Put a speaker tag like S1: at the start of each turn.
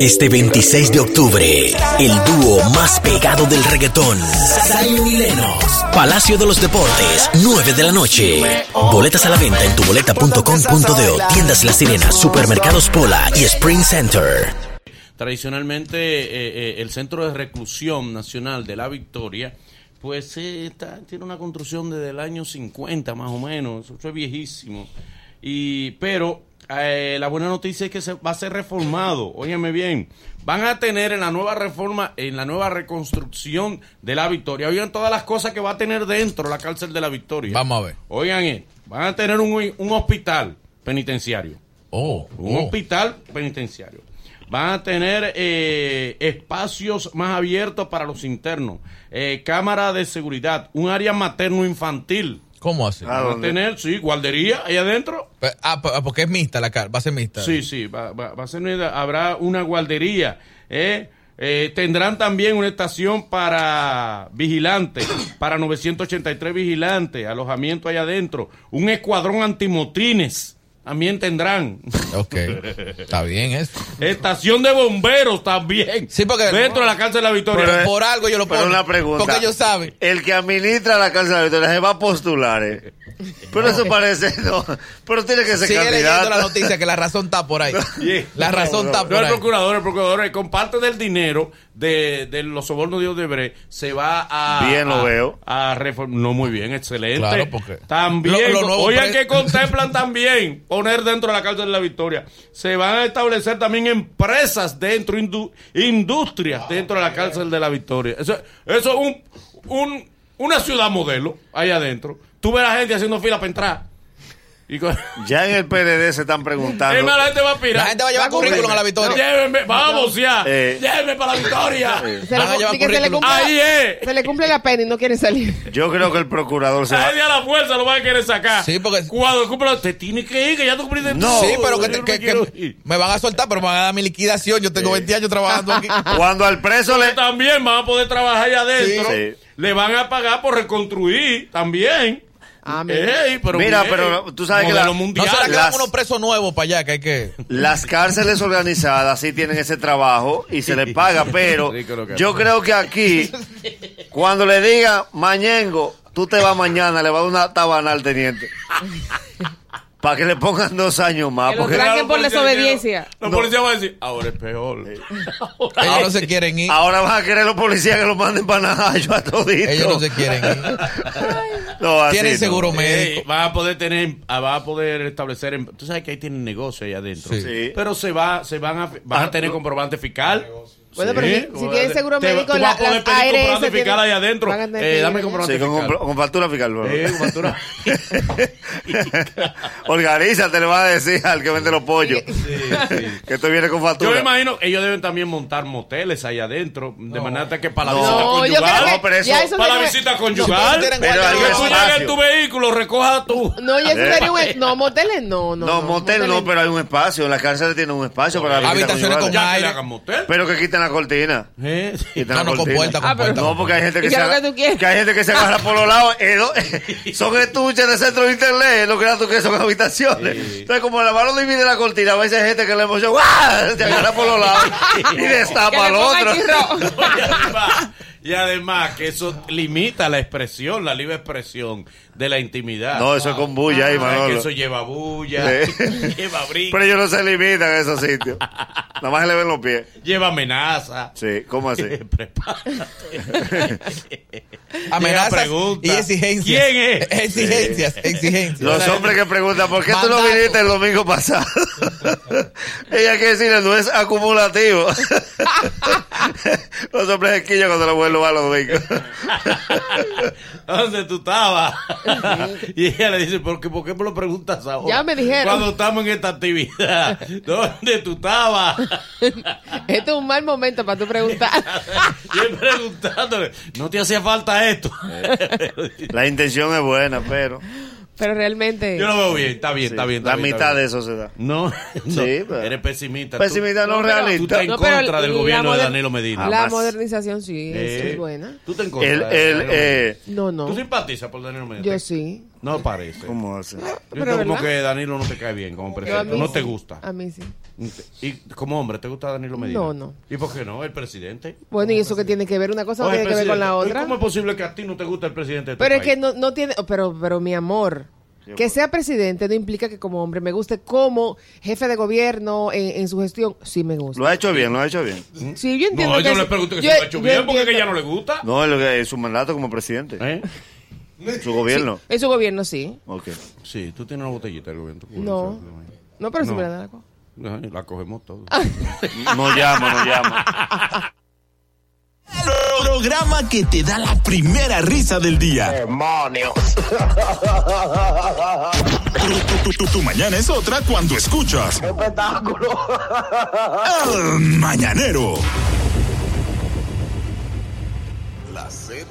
S1: Este 26 de octubre, el dúo más pegado del reggaetón, Zion y Lennox, Palacio de los Deportes, 9 de la noche. Boletas a la venta en tuboleta.com.de, tiendas La Sirena, supermercados Pola y Spring Center.
S2: Tradicionalmente, eh, eh, el Centro de Reclusión Nacional de la Victoria, pues eh, está- tiene una construcción desde el año 50 más o menos, eso es viejísimo. Y, pero eh, la buena noticia es que se va a ser reformado, óyeme bien, van a tener en la nueva reforma, en la nueva reconstrucción de la Victoria, oigan todas las cosas que va a tener dentro la cárcel de la Victoria.
S3: Vamos a ver.
S2: Oigan, eh, van a tener un, un hospital penitenciario
S3: Oh,
S2: un
S3: oh.
S2: hospital penitenciario. Van a tener eh, espacios más abiertos para los internos, eh, cámara de seguridad, un área materno-infantil.
S3: ¿Cómo así?
S4: Ah,
S2: Van a
S4: ¿dónde?
S2: tener, sí, guardería ahí adentro.
S3: Pe- Ah, po- ah, porque es mixta la car- va a ser mixta.
S2: Sí, sí, va, va- va a ser una- habrá una guardería. ¿eh? Eh, tendrán también una estación para vigilantes, para 983 vigilantes, alojamiento allá adentro, un escuadrón antimotines también tendrán.
S3: Ok. Está bien eso.
S2: Estación de bomberos también.
S3: Sí, porque-
S2: Dentro de la cárcel de la Victoria.
S4: Pero-
S3: Por algo yo lo
S4: Pero
S3: pongo.
S4: una pregunta.
S3: Porque ellos saben.
S4: El que administra la cárcel de la Victoria se va a postular, ¿eh? Pero eso parece, no. Pero tiene que ser
S3: Sigue leyendo
S4: candidato.
S3: la noticia que la razón está por ahí.
S2: Yeah.
S3: La razón está
S2: No,
S3: por
S2: el
S3: ahí.
S2: procurador, el procurador, eh, con parte del dinero de, de los sobornos de Odebrecht, se va a.
S4: Bien, lo
S2: a-
S4: veo.
S2: A reform- No, muy bien, excelente.
S3: Claro, porque-
S2: También.
S3: Lo- lo nuevo
S2: oigan,
S3: pre-
S2: que contemplan también poner dentro de la cárcel de la Victoria. Se van a establecer también empresas dentro, indu- industrias dentro de la cárcel de la Victoria. Eso, eso es un, un- una ciudad modelo ahí adentro. Tú ves la gente haciendo fila para entrar. Y con-
S4: Ya en el PLD se están preguntando.
S2: Es más, la gente va a pirar.
S3: Ah, La gente va a llevar currículum a la victoria.
S2: Llévenme, vamos ya.
S4: Eh.
S2: Llévenme para la victoria.
S5: Se le,
S3: Van a llevar
S5: sí que se le
S3: currículum.
S5: cumple la-
S2: Ahí es.
S5: se le cumple la pena y no quieren salir.
S4: Yo creo que el procurador se va.
S2: Ahí de a la fuerza lo van a querer sacar.
S3: Sí, porque-
S2: Cuando cumpla, te tiene que ir, que ya tú cumpliste
S4: No.
S3: Sí, pero que,
S2: Yo
S3: te-
S2: no
S3: que-
S2: me
S3: que
S2: quiero
S3: me,
S2: ir.
S3: van a soltar, pero me van a dar mi liquidación. Yo tengo 20 años trabajando aquí.
S4: Cuando al preso le.
S2: También van a poder trabajar allá adentro.
S4: Sí. Sí.
S2: Le van a pagar por reconstruir también.
S5: Ah, mira.
S2: Ey, pero
S4: Mira,
S2: bien.
S4: pero tú sabes que
S2: Modelo
S4: la-
S3: No
S2: mundial.
S3: será que
S4: Las-
S3: van unos presos nuevos para allá, que hay que.
S4: Las cárceles organizadas sí tienen ese trabajo y se les paga, pero
S2: Rico lo que
S4: yo creo que aquí, cuando le digan, Mañengo, tú te vas mañana, le va a dar una tabana al teniente. Para que le pongan dos años más.
S5: Que lo
S4: Porque
S5: traigan
S2: Claro,
S5: por
S2: policía,
S5: desobediencia.
S2: Los policías van a decir, ahora es peor.
S3: Ellos no se quieren
S2: Ah,
S3: ir.
S4: ahora van a querer los policías que los manden para nada, yo a todito.
S3: Ellos no se quieren ir.
S4: No, así
S3: Tienen
S4: no.
S3: seguro
S2: Ey,
S3: médico.
S2: va a poder tener, ah, va a poder establecer, em- tú sabes que ahí tienen negocio ahí adentro,
S3: Sí.
S4: Sí.
S2: pero se va, se van a, van a
S4: Ah,
S2: tener
S4: no.
S2: comprobante fiscal.
S5: Bueno, pero si- si
S2: como-
S5: tienen seguro
S2: te va-
S5: médico,
S2: tú vas a
S5: la-
S2: poder
S5: las
S2: pedir
S5: ARS
S2: comprobante
S5: tienen-
S2: fiscal ahí adentro.
S5: van a tener
S2: Eh,
S5: que
S2: dame
S5: ir
S2: comprobante
S4: Sí, con,
S2: fiscal.
S4: con factura fiscal. bro.
S2: Eh, con factura.
S4: Organízate, le vas a decir al que vende los pollos. que esto viene con
S2: Yo
S4: factura.
S2: me imagino, ellos deben también montar moteles ahí adentro, de manera que para la
S4: No.
S2: visita
S4: No,
S5: yo creo
S2: conyugal,
S5: que
S4: No, pero eso-
S5: ya eso
S2: para la
S5: sería-
S2: visita conyugal,
S3: Los
S2: que
S4: Pero hay
S2: tú llegues en
S4: espacio.
S2: tu vehículo, recoja tú.
S5: No, y eso
S2: Eh.
S5: sería un- e- No, moteles no, no.
S4: No, motel no,
S5: moteles
S4: pero hay un espacio. Las cárceles tienen un espacio para la visita
S3: Ah, Habitaciones
S4: conyugal.
S3: con
S2: Ya que
S3: aire.
S2: le hagan motel.
S4: Pero que quiten la cortina.
S2: Eh,
S4: Quiten
S3: No,
S4: la
S3: no, con
S4: cortina.
S3: puerta, con
S5: Ah, pero-
S3: puerta.
S4: No, porque hay gente
S5: ¿Y
S4: que
S5: qué
S4: se
S5: es lo
S4: agarra,
S5: que tú quieres?
S4: que hay gente que se agarra por los lados. eh, no, eh, son estuches de centro de internet, eh, lo que era tú que son habitaciones. Entonces, como la mano divide la cortina, a veces hay gente que le emoción ¡guau! se agarra por los lados y
S5: Que
S4: destapa
S5: le
S4: al
S5: ponga
S4: otro.
S5: chirro.
S2: y, además, y además que eso limita la expresión, la libre expresión de la intimidad.
S4: No, eso es con bulla ahí,
S2: Sabes Ah, que
S4: Manolo.
S2: eso lleva bulla,
S4: Sí.
S2: lleva brinco,
S4: Pero ellos no se limitan a esos sitios. Nada más le ven los pies.
S2: lleva amenaza.
S4: Sí, ¿cómo así?
S2: Prepárate. Llega
S3: Amenazas
S2: pregunta.
S3: y exigencias.
S2: ¿Quién es?
S3: Exigencias, exigencias.
S4: Los hombres que preguntan, ¿por qué tú no
S3: Mandato.
S4: viniste el domingo pasado? Ella quiere decirle, no es acumulativo. los hombres esquillan cuando la mujer lo va los domingos.
S2: ¿Dónde tú estabas? y ella le dice, ¿por qué, ¿por qué me lo preguntas ahora?
S5: Ya me dijeron.
S2: Cuando estamos en esta actividad, ¿dónde tú estabas?
S5: Este es un mal momento para tú preguntar.
S2: Yo preguntándole, ¿no te hacía falta esto?
S4: La intención es buena, pero
S5: Pero realmente.
S2: Yo lo veo bien, está bien, está bien. está
S4: la
S2: bien, está
S4: mitad
S2: bien.
S4: de eso se da.
S2: No, no,
S4: pero-
S2: eres pesimista.
S4: Pesimista, no
S5: No, pero-
S2: Tú, tú estás
S4: realista.
S2: en
S5: No, pero
S2: contra del
S5: la
S2: gobierno de
S5: moder-
S2: Danilo Medina.
S5: La
S4: Jamás.
S5: modernización sí, eso
S2: Eh,
S5: es buena.
S2: Tú te en contra.
S4: El,
S2: de
S4: el,
S2: Danilo Medina.
S4: eh,
S5: No, no.
S2: Tú simpatizas por Danilo Medina.
S5: Yo sí.
S2: No parece.
S4: ¿Cómo hace?
S2: Yo
S5: Pero
S2: como
S5: ¿verdad?
S2: que Danilo no te cae bien como
S5: Yo a
S2: presidente.
S5: mí
S2: No
S5: sí.
S2: te gusta.
S5: A mí sí.
S2: Y como hombre, ¿te gusta Danilo Medina?
S5: No, no.
S2: ¿Y por qué no? El presidente.
S5: Bueno, ¿y eso que tiene que ver? Una cosa no
S2: Oye,
S5: tiene que ver con la
S2: presidente,
S5: otra.
S2: ¿Cómo es posible que a ti no te gusta el presidente de tu
S5: Pero es que
S2: este país?
S5: no, no tiene, oh, pero, pero mi amor, que sea presidente no implica que como hombre me guste como jefe de gobierno en, en su gestión. Sí me
S4: Lo
S5: gusta.
S4: ha hecho bien, lo ha hecho bien.
S5: Sí, yo entiendo
S2: No,
S5: que
S2: yo
S5: es-
S2: le pregunto que
S5: yo-
S2: si lo ha hecho
S5: yo
S2: bien porque es que
S5: entiendo-
S2: ella no le gusta.
S4: No, es lo que es su mandato como presidente.
S2: ¿Eh?
S4: Su gobierno.
S5: En su gobierno sí.
S4: Ok.
S2: Sí, tú tienes una botellita del gobierno.
S5: No. No, pero si
S2: No.
S5: me la dan la cosa.
S2: Ay, La cogemos todos.
S4: No llama, no llama.
S1: Programa que te da la primera risa del día. ¡Demonios! Tu, tu- tu- tu mañana es otra cuando escuchas. ¡Espectáculo! El Mañanero.
S6: La Z